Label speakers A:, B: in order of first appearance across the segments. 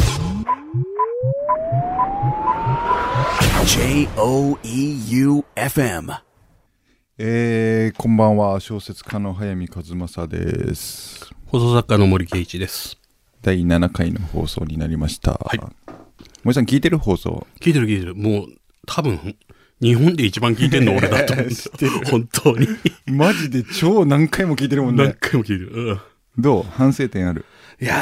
A: E J-O-E-U-F-M
B: えー、こんばんは小説家の早見和正です
C: 放送作家の森圭一です。
B: 第7回の放送になりました、はい森さん聞いてる放送
C: 聞いてる聞いてる。もう、多分、日本で一番聞いてんの俺だ と思う本当に。
B: マジで超何回も聞いてるもん
C: 何
B: ね
C: 回も聞いてる。うん
B: どう反省点ある
C: いや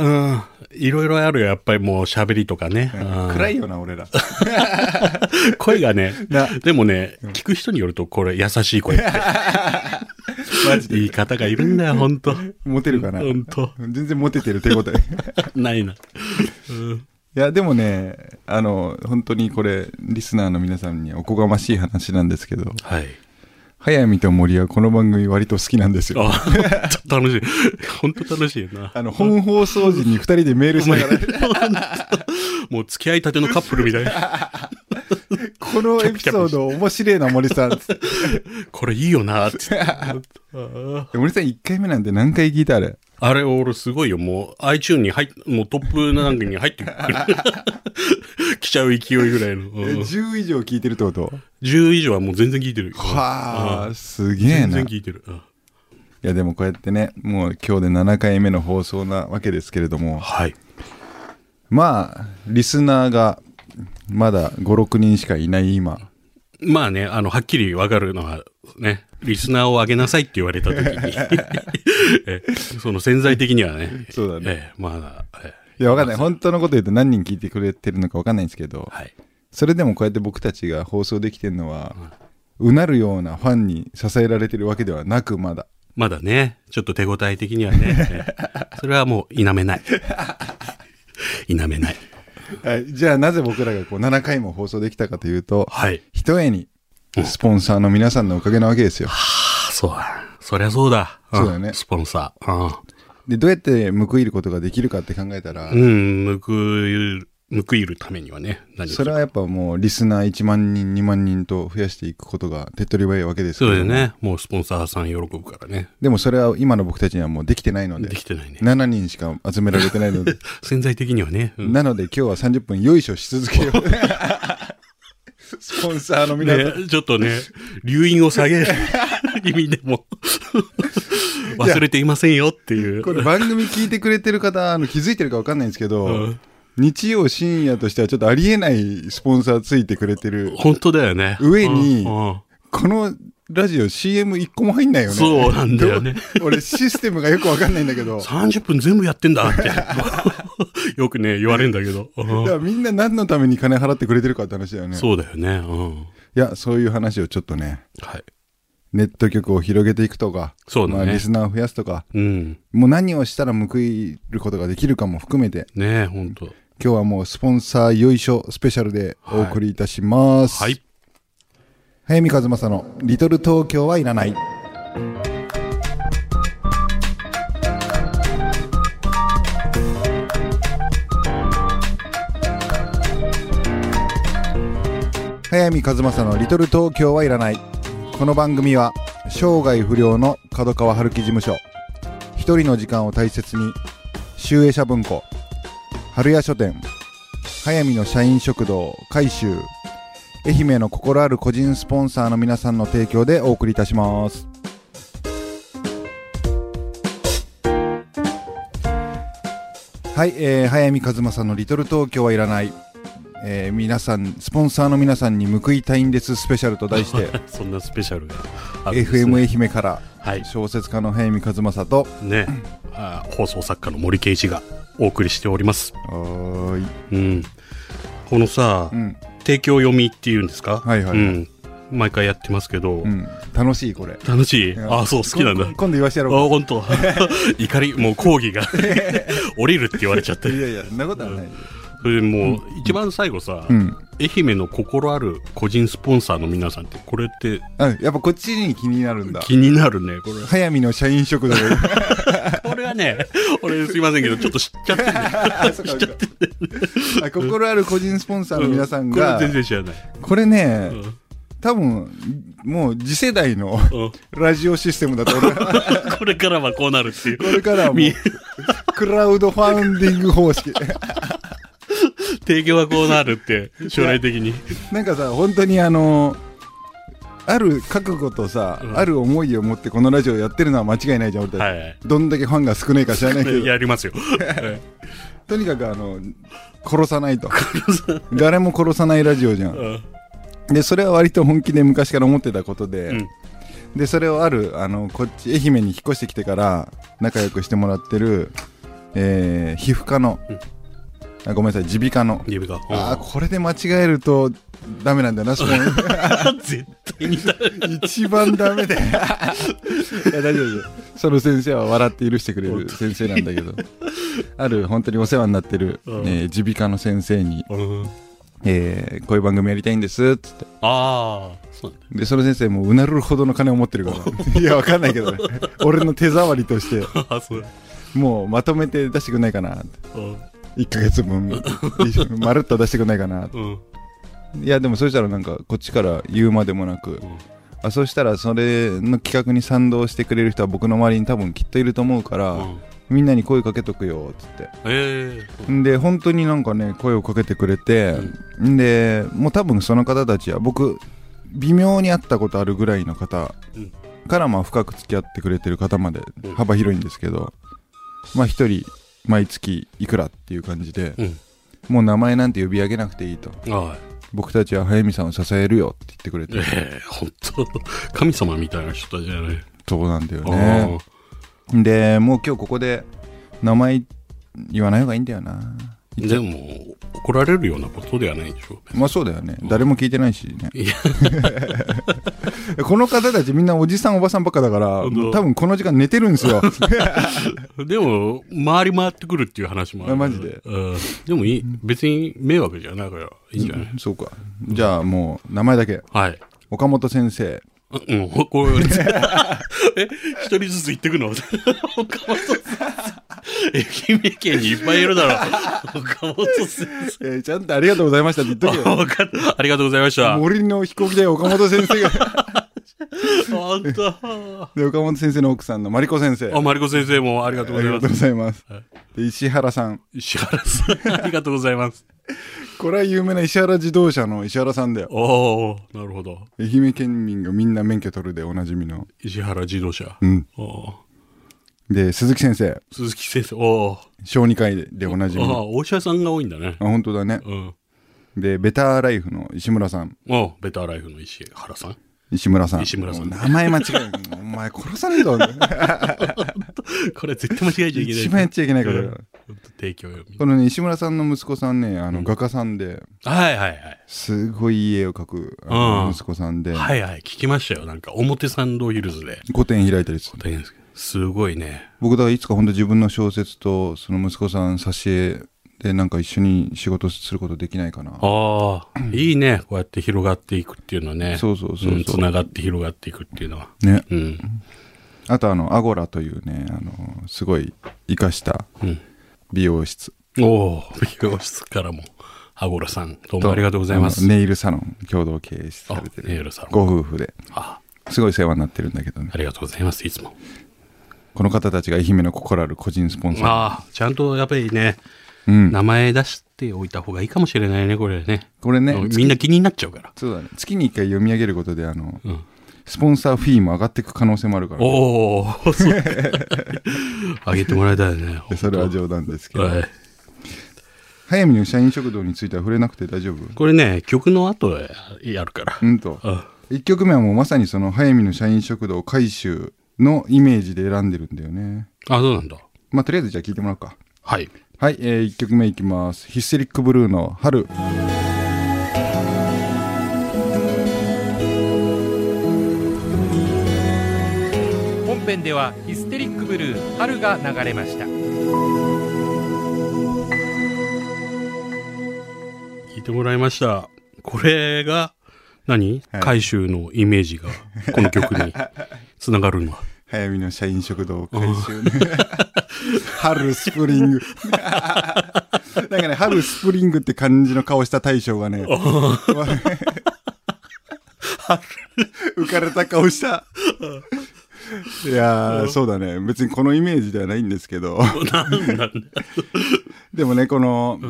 C: ー、うん。いろいろあるよ。やっぱりもう喋りとかね。うん
B: 暗いよな俺 ら
C: 声がね
B: な。
C: でもね、聞く人によると、これ優しい声って。
B: マジで
C: 言い方がいる んだよ、本当
B: モテるかな
C: ほんと
B: 全然モテてる手応え
C: ないな。
B: いやでもねあの本当にこれリスナーの皆さんにおこがましい話なんですけど
C: はい。
B: 早見と森はこの番組割と好きなんですよ
C: あ、ちょっと楽しい。本当楽しいよな。
B: あの本放送時に2人でメールしながら
C: もう付き合いたてのカップルみたいな。
B: このエピソード面白いな、森さん。
C: これいいよな、つって。
B: 森さん1回目なんて何回聞いたあれ。
C: あれ、俺すごいよ。もう iTune に入っ、もうトップなんかに入ってくる。 来ちゃう勢いぐらいの。うん
B: 10以上聞いてるってこと
C: 10以上はもう全然聞いてる。
B: は
C: う
B: あ、
C: ん
B: すげえ
C: 全
B: な。
C: 然
B: い
C: 聞いてる。うん
B: や、でもこうやってね、もう今日で7回目の放送なわけですけれども、
C: はい。
B: まあ、リスナーがまだ5、6人しかいない今、
C: まあね、あの、はっきりわかるのは、ね、リスナーを上げなさいって言われた時 に、えその潜在的にはね、
B: そうだね
C: ええ。まだ、ええ
B: いや、わかんない。本当のこと言うと何人聞いてくれてるのかわかんないんですけど、
C: はい。
B: それでもこうやって僕たちが放送できてるのは、うなるようなファンに支えられてるわけではなく、まだ。
C: まだね、ちょっと手応え的にはね、ええそれはもう否 めない。否めない。
B: はい、じゃあなぜ僕らがこう7回も放送できたかというと、
C: はい。
B: ひとえに、スポンサーの皆さんのおかげなわけですよ。
C: あそうだ。そりゃそうだ。ん
B: そうだよね
C: スポンサー。
B: で、どうやって報いることができるかって考えたら
C: う、ん。うん、報いる、報いるためにはね、何をす
B: そ
C: る
B: れはやっぱもうリスナー1万人、2万人と増やしていくことが手っ取り早いわけですけ
C: そう
B: ど
C: だよね。もうスポンサーさん喜ぶからね。
B: でもそれは今の僕たちにはもうできてないので
C: で、きてないね。
B: 7人しか集められてないので、
C: 潜在的にはね。うん
B: なので今日は30分よいしょし続 けよう。スポンサーの皆さん、
C: ね、ちょっとね、留飲を 下げる意味でも、忘れていませんよっていう。
B: これ番組聞いてくれてる方、あの気づいてるかわかんないんですけど、
C: うん
B: 日曜深夜としてはちょっとありえないスポンサーついてくれてる。
C: 本当だよね。
B: 上に
C: うんうん
B: このラジオ CM1 個も入んないよね。
C: そうなんだよね
B: どう。 俺システムがよくわかんないんだけど。だか
C: 30分全部やってんだって。 よくね、言われるんだけど。うん
B: らみんな何のために金払ってくれてるかって話だよね。
C: そうだよね。うん。
B: いや、そういう話をちょっとね、
C: はい。
B: ネット局を広げていくとか、
C: そうだね
B: まあ、リスナーを増やすとか、
C: うん。
B: もう何をしたら報いることができるかも含めて、
C: ねえ、本当
B: 今日はもうスポンサーよいしょスペシャルでお送りいたします。
C: はい。
B: 早見和正の「リトル東京はいらない」早見和正の「リトル東京はいらない」この番組は生涯不良の角川春樹事務所一人の時間を大切に集英社文庫春屋書店早見の社員食堂改修愛媛の心ある個人スポンサーの皆さんの提供でお送りいたしますはい、えー、早見和正の「リトル東京はいらない」えー皆さんスポンサーの皆さんに報いたいんですスペシャルと題して
C: そんなスペシャルがあるんですね
B: FM 愛媛から
C: はい
B: 小説家の早見和正と
C: ねあ放送作家の森圭一がお送りしております、
B: おーい
C: うん、このさ、
B: うん
C: 提供読みっていうんですか
B: はいはい
C: うん、毎回やってますけど、
B: うん楽しいこれ
C: 楽しいあそう好きなんだ
B: こ
C: あ
B: 今度言わしてやろう
C: 本当怒りもう抗議が 降りるって言われちゃっ
B: かい
C: て
B: やいやそんなことはない
C: それでもう一番最後さ、
B: うん
C: 愛媛の心ある個人スポンサーの皆さんってこれって
B: うんやっぱこっちに気になるんだ
C: 気になるねこれ
B: 早見の社員食 堂
C: これはね、 俺すいませんけど、ちょっと知っちゃってんだよ
B: あそっかそっかあ心ある個人スポンサーの皆さん
C: う
B: が
C: これ全然知らない。
B: これね
C: ん
B: 多分もう次世代の
C: うん
B: ラジオシステムだと俺 は
C: これからはこうなるっていう。
B: これからはもう
C: み
B: クラウドファンディング方式
C: 提供はこうなるって、将来的に。
B: なんかさ本当にあのある覚悟とさ、
C: うん
B: ある思いを持ってこのラジオやってるのは間違いないじゃん俺たち、
C: はい。
B: どんだけファンが少ないか知らないけど
C: やりますよ。はい
B: とにかくあの殺さないと誰も殺さないラジオじゃん
C: うん
B: でそれは割と本気で昔から思ってたことで、
C: うん
B: でそれをあるあのこっち愛媛に引っ越してきてから仲良くしてもらってる、えー皮膚科の、あごめんなさい耳鼻科の、
C: 指が。うん
B: あーこれで間違えるとダメなんだよな そこ
C: 絶対にだ。
B: 一番ダメで いや大丈夫大丈夫その先生は笑って許してくれる先生なんだけどある本当にお世話になってる
C: うん
B: えー耳鼻科の先生に、えーこういう番組やりたいんですっつって
C: ああ、そうなんだ。
B: で、その先生もうなるほどの金を持ってる から。いや、わかんないけどね。俺の手触りとして、
C: ああ、そう。
B: もうまとめて出してくんないかな。
C: うん
B: 1ヶ月分、 まるっと出してくんないかな。
C: うん。
B: いや、でもそしたらなんか、こっちから言うまでもなく、あそしたらそれの企画に賛同してくれる人は僕の周りに多分きっといると思うから、
C: うん
B: みんなに声かけとくよ、つって。
C: ええ。
B: で本当になんかね声をかけてくれて、でもう多分その方たちは僕微妙に会ったことあるぐらいの方
C: うん
B: からまあ深く付き合ってくれてる方まで
C: うん
B: 幅広いんですけど、まあ一人毎月いくらっていう感じで、
C: うん
B: もう名前なんて呼び上げなくていいと
C: はい。
B: 僕たちは早見さんを支えるよって言ってくれて
C: ええ、本当神様みたいな人じゃない。
B: そうなんだよ
C: あ
B: ねでもう今日ここで名前言わない方がいいんだよな
C: あでも、怒られるようなことではないでしょう。
B: まあそうだよね誰も聞いてないしね
C: いや、
B: この方たちみんなおじさんおばさんばっかだから、
C: 本当
B: もう多分この時間寝てるん ですよ。
C: でも、回り回ってくるっていう話もある。
B: あマジで
C: うん。でもいい、別に迷惑じゃないから、いいんじゃない
B: そうか。じゃあもう、名前だけ。
C: はい。
B: 岡本先 生。
C: うん、これ、え、一人ずつ行ってくの岡本先生。愛媛県にいっぱいいるだろう。岡本先
B: えーちゃんとありがとうございましたって言っとけ
C: 生。
B: よ。
C: わか ったありがとうございました。
B: 森の飛行機で岡本先 生が。
C: 本当。
B: で、岡本先生の奥さんのマリコ先生。
C: あ、
B: あ
C: マリコ先生もありがとうご
B: り
C: ざ
B: が
C: いま
B: とうご
C: す。
B: ざいます
C: はい。
B: で、石原さん。
C: 石原さん、ありがとうございます。
B: これは有名な石原自動車の石原さんだよ。
C: おおなるほど。
B: 愛媛県民がみんな免許取るでおなじみの。
C: 石原自動車。
B: うん。
C: おお
B: で、鈴木先生。
C: 鈴木先生、お
B: 小児科医でおなじ
C: お
B: み
C: あ
B: の。
C: あ、お医者さんが多いんだね
B: あ、。本当だね。
C: うん。
B: で、ベターライフの石村さん。
C: おうベターライフの石原さん。
B: 石村さん。
C: 石村さん
B: もう名前間違える。お前殺され るぞ。
C: これ絶対間違えちゃいけない。
B: 一番やっちゃいけないから。
C: うんほんと提供よ。
B: このね、石村さんの息子さんね、あの、画家さんで、
C: はいはいはい。
B: すごい絵を描く、あ
C: う
B: の
C: ん
B: 息子さんで、
C: はいはい、聞きましたよ。なんか、表参道ヒルズで。
B: 個展開いたりする。
C: 大変ですけどすごいね。
B: 僕、だからいつか本当自分の小説と、その息子さん、挿絵で、なんか一緒に仕事することできないかな。
C: ああ、いいね。こうやって広がっていくっていうのはね。
B: そうそうそうそう
C: つながって広がっていくっていうのは。
B: ね。
C: うん。
B: あと、あの、アゴラというね、あの、すごい活かした
C: うん。
B: 美容室。
C: おお、美容室からも、羽衣さん、どうもありがとうございます
B: あ。のネイルサロン、共同経営さ
C: あ
B: れて、る。
C: ネイルさん。
B: ご夫婦で。
C: あ
B: すごい世話になってるんだけどね
C: あ。りがとうございます、いつも。
B: この方たちが愛媛の心ある個人スポンサー。
C: ああ、ちゃんとやっぱりね、
B: うん。
C: 名前出しておいた方がいいかもしれないね、これね。
B: これね、
C: みんな気になっちゃうから。
B: そうだね。月に一回読み上げることで、あの、
C: うん
B: スポンサーフィーも上がっていく可能性もあるから。
C: おお、そうか あげてもらいたいね。
B: でそれは冗談ですけど。
C: はい
B: 早見の社員食堂については触れなくて大丈夫
C: これね、曲の後やるから。
B: うんと。
C: あ
B: 一曲目はもうまさにその早見の社員食堂改修のイメージで選んでるんだよね。
C: あ、そうなんだ。
B: まあ、とりあえずじゃあ聞いてもらおうか。
C: はい。
B: はい、え1曲目いきます。ヒステリックブルーの春。
D: 本編ではヒステリックブルー春が流れました
C: 聞いてもらいました。これが何、
B: はい
C: 海舟のイメージが、この 曲につながるのは。
B: 早見の社員食堂改修ね。春スプリング。なんかね、春スプリングって感じの顔した大将がね、 浮かれた顔した。いやー、そうだね。別にこのイメージではないんですけど。
C: なんだね
B: でもね、この、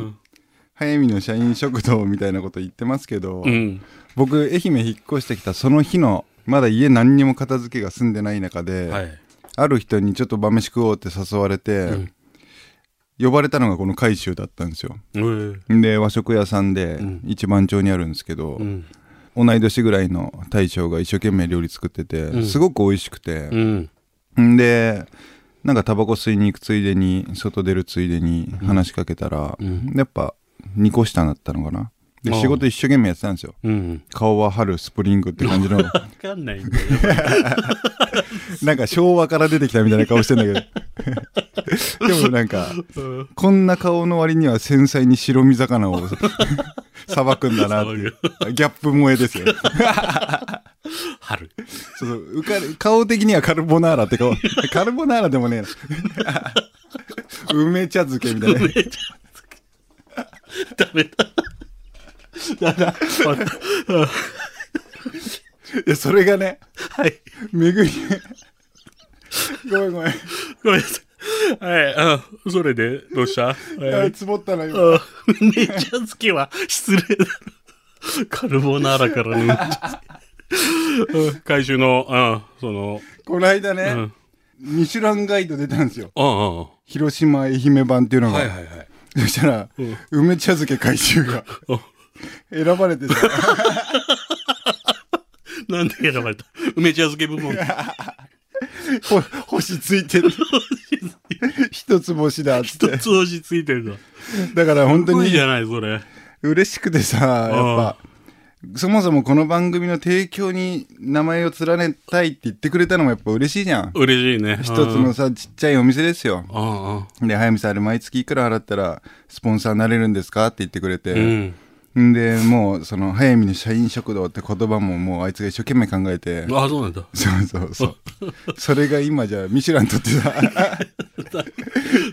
B: 早見の社員食堂みたいなこと言ってますけど、
C: うん。
B: 僕愛媛引っ越してきたその日のまだ家何にも片付けが済んでない中で、
C: はい。
B: ある人にちょっと晩飯食おうって誘われて、
C: うん
B: 呼ばれたのがこの海州だったんですよ
C: えー
B: で和食屋さんで
C: ん
B: 一番町にあるんですけど、
C: うん。
B: 同い年ぐらいの大将が一生懸命料理作ってて、
C: ん
B: すごく美味しくて、
C: うん。
B: んでなんかタバコ吸いに行くついでに外出るついでに話しかけたら、やっぱ2個下だったのかなで
C: ああ
B: 仕事一生懸命やってたんですよ
C: うん。
B: 顔は春スプリングって感じの
C: わかんないんだよ。
B: なんか昭和から出てきたみたいな顔してんだけ どでもなんか
C: うん
B: こんな顔の割には繊細に白身魚を さばくんだなっていうギャップ萌えですよ
C: 春。
B: そうそううか顔的にはカルボナーラって顔カルボナーラでもねえな梅茶漬けみたいな
C: めちゃダメだ。だな。
B: いやそれがね
C: はい。
B: 巡りごめんごめん、
C: ごめんなさい。はい。うん。それで、どうしたは
B: あ
C: い。
B: 積もったな今
C: あ 梅茶漬けは失礼だろ。カルボナーラからね。うん回収の、うん、その、
B: この間
C: う
B: ね
C: ん。
B: 「ミシュランガイド」出たんですよ
C: うんうん。
B: 広島愛媛版っていうのが、
C: いはい。
B: そしたら、梅茶漬け回収が選ばれてた
C: なんで選ばれた梅茶漬け部門。
B: ほ星ついてる一つ星だっつっ
C: 一
B: て
C: つ星ついてるの。
B: だから本当
C: いい
B: に
C: じゃない、それ。
B: 嬉しくてさやっぱそもそもこの番組の提供に名前を連ねたいって言ってくれたのもやっぱ嬉しいじゃん
C: 嬉しいね。
B: 一つのさちっちゃいお店ですよ
C: うんうん。
B: で速水さんあれ毎月いくら払ったらスポンサーになれるんですかって言ってくれ
C: う
B: て、
C: ん。
B: ん、でもうその速水の社員食堂って言葉ももうあいつが一生懸命考えて
C: あ、そうなんだ。
B: そうそうそうそれが今じゃミシュランとって さ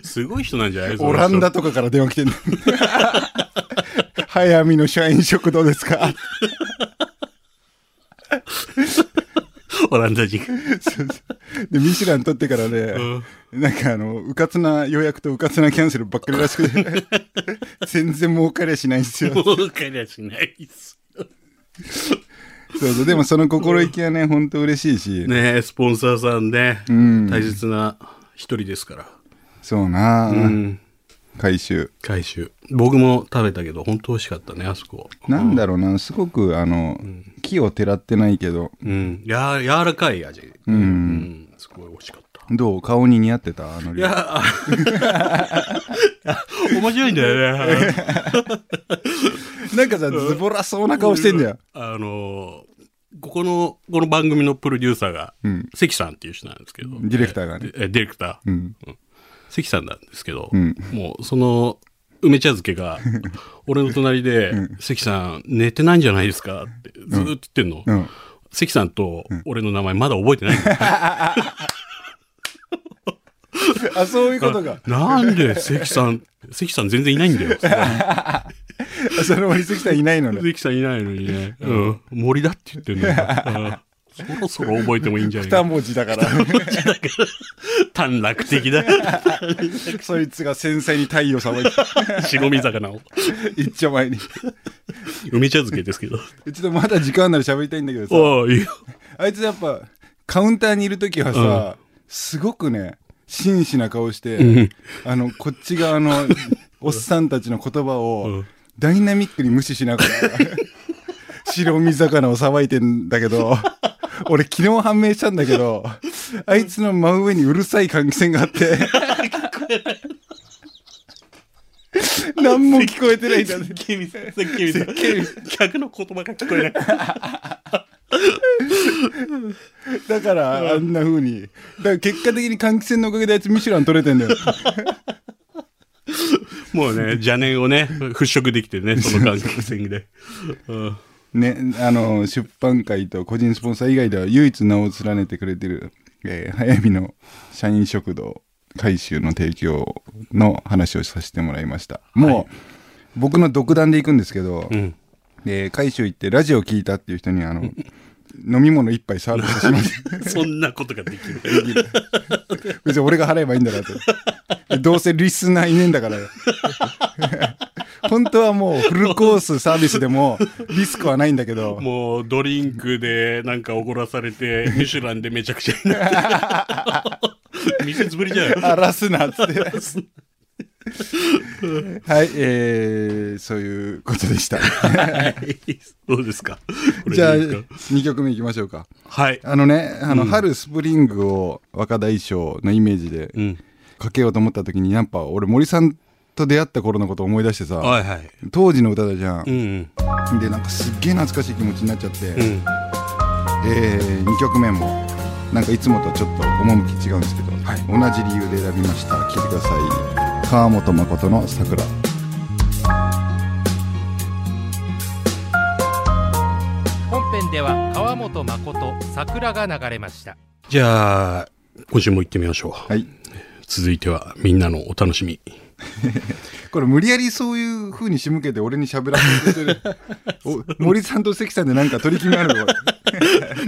C: すごい人なんじゃないその
B: オ
C: 人
B: ランダとかから電話来てんの早見の社員食堂ですか
C: オランダ人。
B: で、ミシュラン取ってからね、なんかあの、うかつな予約とうかつなキャンセルばっかりらしくて、全然儲かりゃしないんですよ。
C: もうかりゃしないっす。
B: そうそう、でもその心意気はね、ほんと嬉しいし、
C: ねえ、スポンサーさんね、
B: ん
C: 大切な一人ですから。
B: そうなあ
C: うん。
B: 回収。
C: 回収。僕も食べたけど、本当美味しかったね、あそこ。
B: なんだろうな、すごくあの、木をてらってないけど、
C: うん。や、柔らかい味。うん。すごい美味しかった。
B: どう顔に似合ってたあの料
C: い
B: 理。
C: や、あ 面白いんだよね。
B: なんかさ、ズボラそうな顔してんだよ。
C: あの、ここの、この番組のプロデューサーが、
B: ん
C: 関さんっていう人なんですけど。
B: ディレクターがね。
C: えディレクター、
B: ん
C: うん関さんなんですけど、
B: ん
C: もうその梅茶漬 けが俺の隣で、関さん寝てないんじゃないですかってずーっと言ってんの、
B: うん。
C: 関さんと俺の名前まだ覚えてな いの、
B: あ、そういうことが。
C: なんで関さん関さん全然いない んだよ
B: あその森関さんいないのね。
C: 関さんいないのにね、うん、森だって言ってんのようんそろそろ覚えてもいいんじゃな い
B: 二
C: か
B: 文字だから。
C: 短絡的だ
B: そいつが繊細に太陽さばいて、
C: 白身魚を
B: 一丁前に。
C: 梅茶漬けですけど
B: ちょっとまだ時間あるなら喋りたいんだけどさ、
C: ああいいよ
B: あいつやっぱ、カウンターにいるときはさ、すごくね、真摯な顔して、あの、こっち側のおっさんたちの言葉を
C: ん、
B: ダイナミックに無視しながら、白身魚をさばいてんだけど、俺昨日判明したんだけど、あいつの真上にうるさい換気扇があって、何も聞こえてないんだね。
C: 設計ミス設計ミス客の言葉が聞こえない
B: だから、あんな風に。だから結果的に換気扇のおかげであいつミシュラン取れてんだよ。
C: もうね邪念をね払拭できてねその感覚線で、うん、
B: ね、あの、出版会と個人スポンサー以外では唯一名を連ねてくれてる、えー、早見の社員食堂改修の提供の話をさせてもらいました。もう、僕の独断で行くんですけど、
C: ん
B: えー改修行ってラジオ聞いたっていう人に、あの、飲み物一杯サービスします。
C: そんなことができる
B: 別に俺が払えばいいんだからと。どうせリスナーいねえんだから。本当はもうフルコースサービスでもリスクはないんだけど
C: もうドリンクでなんか怒らされて、ミシュランでめちゃくちゃになって。見せつぶりじゃん。
B: 荒らすなっつってはいえー、そういうことでした
C: はいどうですかこれ
B: じゃあ
C: どうですか
B: 2曲目いきましょうか
C: はい。
B: あのねあの、春スプリングを若大将のイメージで
C: うん。
B: かけようと思った時にやっぱ俺森さんと出会った頃のことを思い出してさ
C: はいはい。
B: 当時の歌だじゃん
C: う、ん
B: でなんかすっげえ懐かしい気持ちになっちゃって、
C: うん。うん。
B: え2曲目もなんかいつもとちょっと趣違うんですけど、同じ理由で選びました聴いてください川本誠の「桜」
D: 本編では川本誠桜が流れました
C: じゃあ、今週も行ってみましょう。
B: はい
C: 続いては、みんなのお楽しみ。
B: これ無理やりそういう風に仕向けて俺に喋らせてる お森さんと関さんでなんか取り決めあるのこれ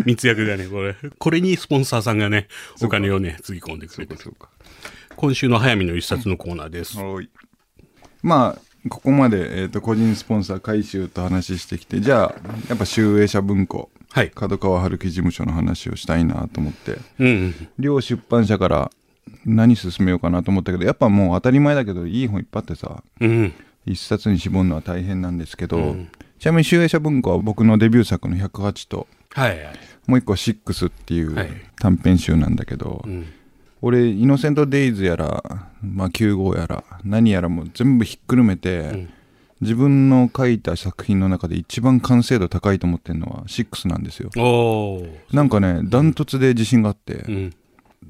C: 密約がね、これ。これにスポンサーさんがね、お金をね、つぎ込んでくれてる。
B: そうか
C: 今週の早見の一冊のコーナーです。
B: はいまあここまで、えー、と個人スポンサー回収と話してきてじゃあやっぱ集英社文庫
C: はい。
B: 角川春樹事務所の話をしたいなと思って
C: うんうん。
B: 両出版社から何進めようかなと思ったけどやっぱもう当たり前だけどいい本いっぱいあってさ
C: うん。
B: 一冊に絞るのは大変なんですけど、ちなみに集英社文庫は僕のデビュー作の108と
C: はいはい。
B: もう一個「シックスっていう
C: はい
B: 短編集なんだけど、
C: うん。
B: 俺「イノセント・デイズ」やら「まあ、9号」やら何やらもう全部ひっくるめて、
C: ん
B: 自分の書いた作品の中で一番完成度高いと思ってるのは「シックスなんですよ
C: おー。
B: なんかねダントツで自信があって、
C: うん。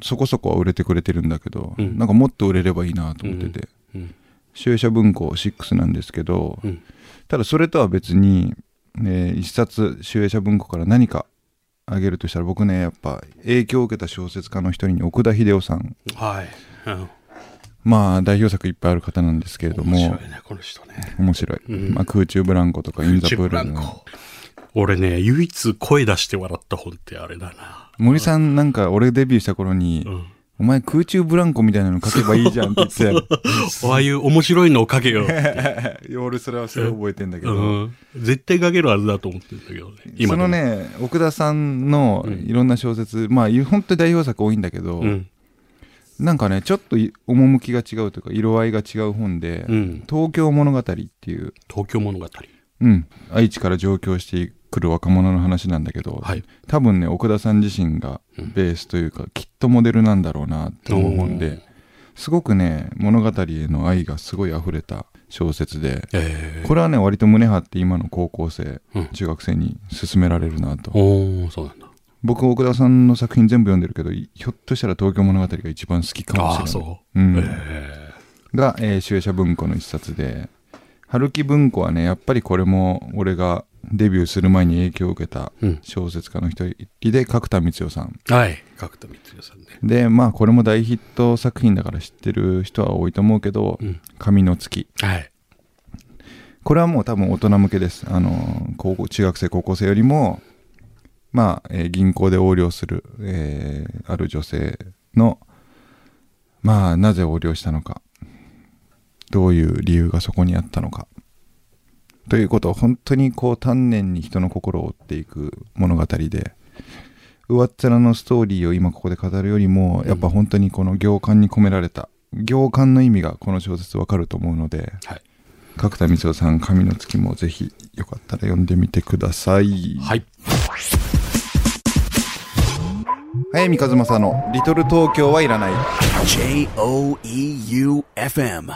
B: そこそこは売れてくれてるんだけど、
C: うん
B: なんかもっと売れればいいなと思ってて
C: うん。
B: 集英社文庫6なんですけど、
C: うん
B: ただそれとは別に、えー一冊集英社文庫から何かあげるとしたら僕ねやっぱ影響を受けた小説家の一人に奥田秀夫さん
C: はい。うん
B: まあ代表作いっぱいある方なんですけれども
C: 面白
B: 面白
C: い
B: い
C: ね、この人ね。
B: まあ、空中ブランコとかインザプー
C: ブラ
B: ル
C: ン
B: の
C: コ。俺ね、唯一声出して笑った本ってあれだな。
B: 森さんなんか俺デビューした頃に、
C: うん。
B: お前空中ブランコみたいなの書けばいいじゃんって言ってたよ
C: ああいう面白いのを書け よ。
B: いや俺それはそれ覚えてんだけ
C: う
B: ど、
C: ん。絶対書けるはずだと思ってるんだけどね。
B: その
C: でも。
B: ね奥田さんのいろんな小説、まあ本当に代表作多いんだけど、
C: うん。
B: なんかねちょっとい趣が違うというか色合いが違う本で「
C: うん。
B: 東京物語」っていう、
C: 東京物語。
B: うん、愛知から上京してくる若者の話なんだけど、
C: はい。
B: 多分ね奥田さん自身がベースというか、きっとモデルなんだろうなと思う本
C: お
B: で
C: ー
B: すごくね物語への愛がすごい溢れた小説で。
C: え
B: これはね割と胸張って今の高校生、
C: うん
B: 中学生に勧められるなと
C: え。おー、そうなんだ。
B: 僕奥田さんの作品全部読んでるけどいひょっとしたら東京物語が一番好きかもしれ
C: あ
B: な
C: あ、
B: い
C: そう。
B: うん
C: え
B: が、えー、集英社文庫の一冊で春樹文庫はねやっぱりこれも俺がデビューする前に影響を受けた
C: えうん。
B: 小説家の一人で角田光代さん
C: はい。角田光代さんね。
B: でまあこれも大ヒット作品だから知ってる人は多いと思うけど「
C: うん
B: 紙の月
C: はい。」
B: これはもう多分大人向けですあのー高校中学生高校生よりもまあ、えー銀行で横領する、えーある女性のまあなぜ横領したのかどういう理由がそこにあったのかということを本当にこう丹念に人の心を追っていく物語で上っ面のストーリーを今ここで語るよりもやっぱ本当にこの行間に込められた行間の意味がこの小説わかると思うので、
C: はい
B: 角田光代さん「神の月」もぜひよかったら読んでみてください。
C: はい。
B: 早見和正の「リトル東京はいらない」
A: J O E U F M.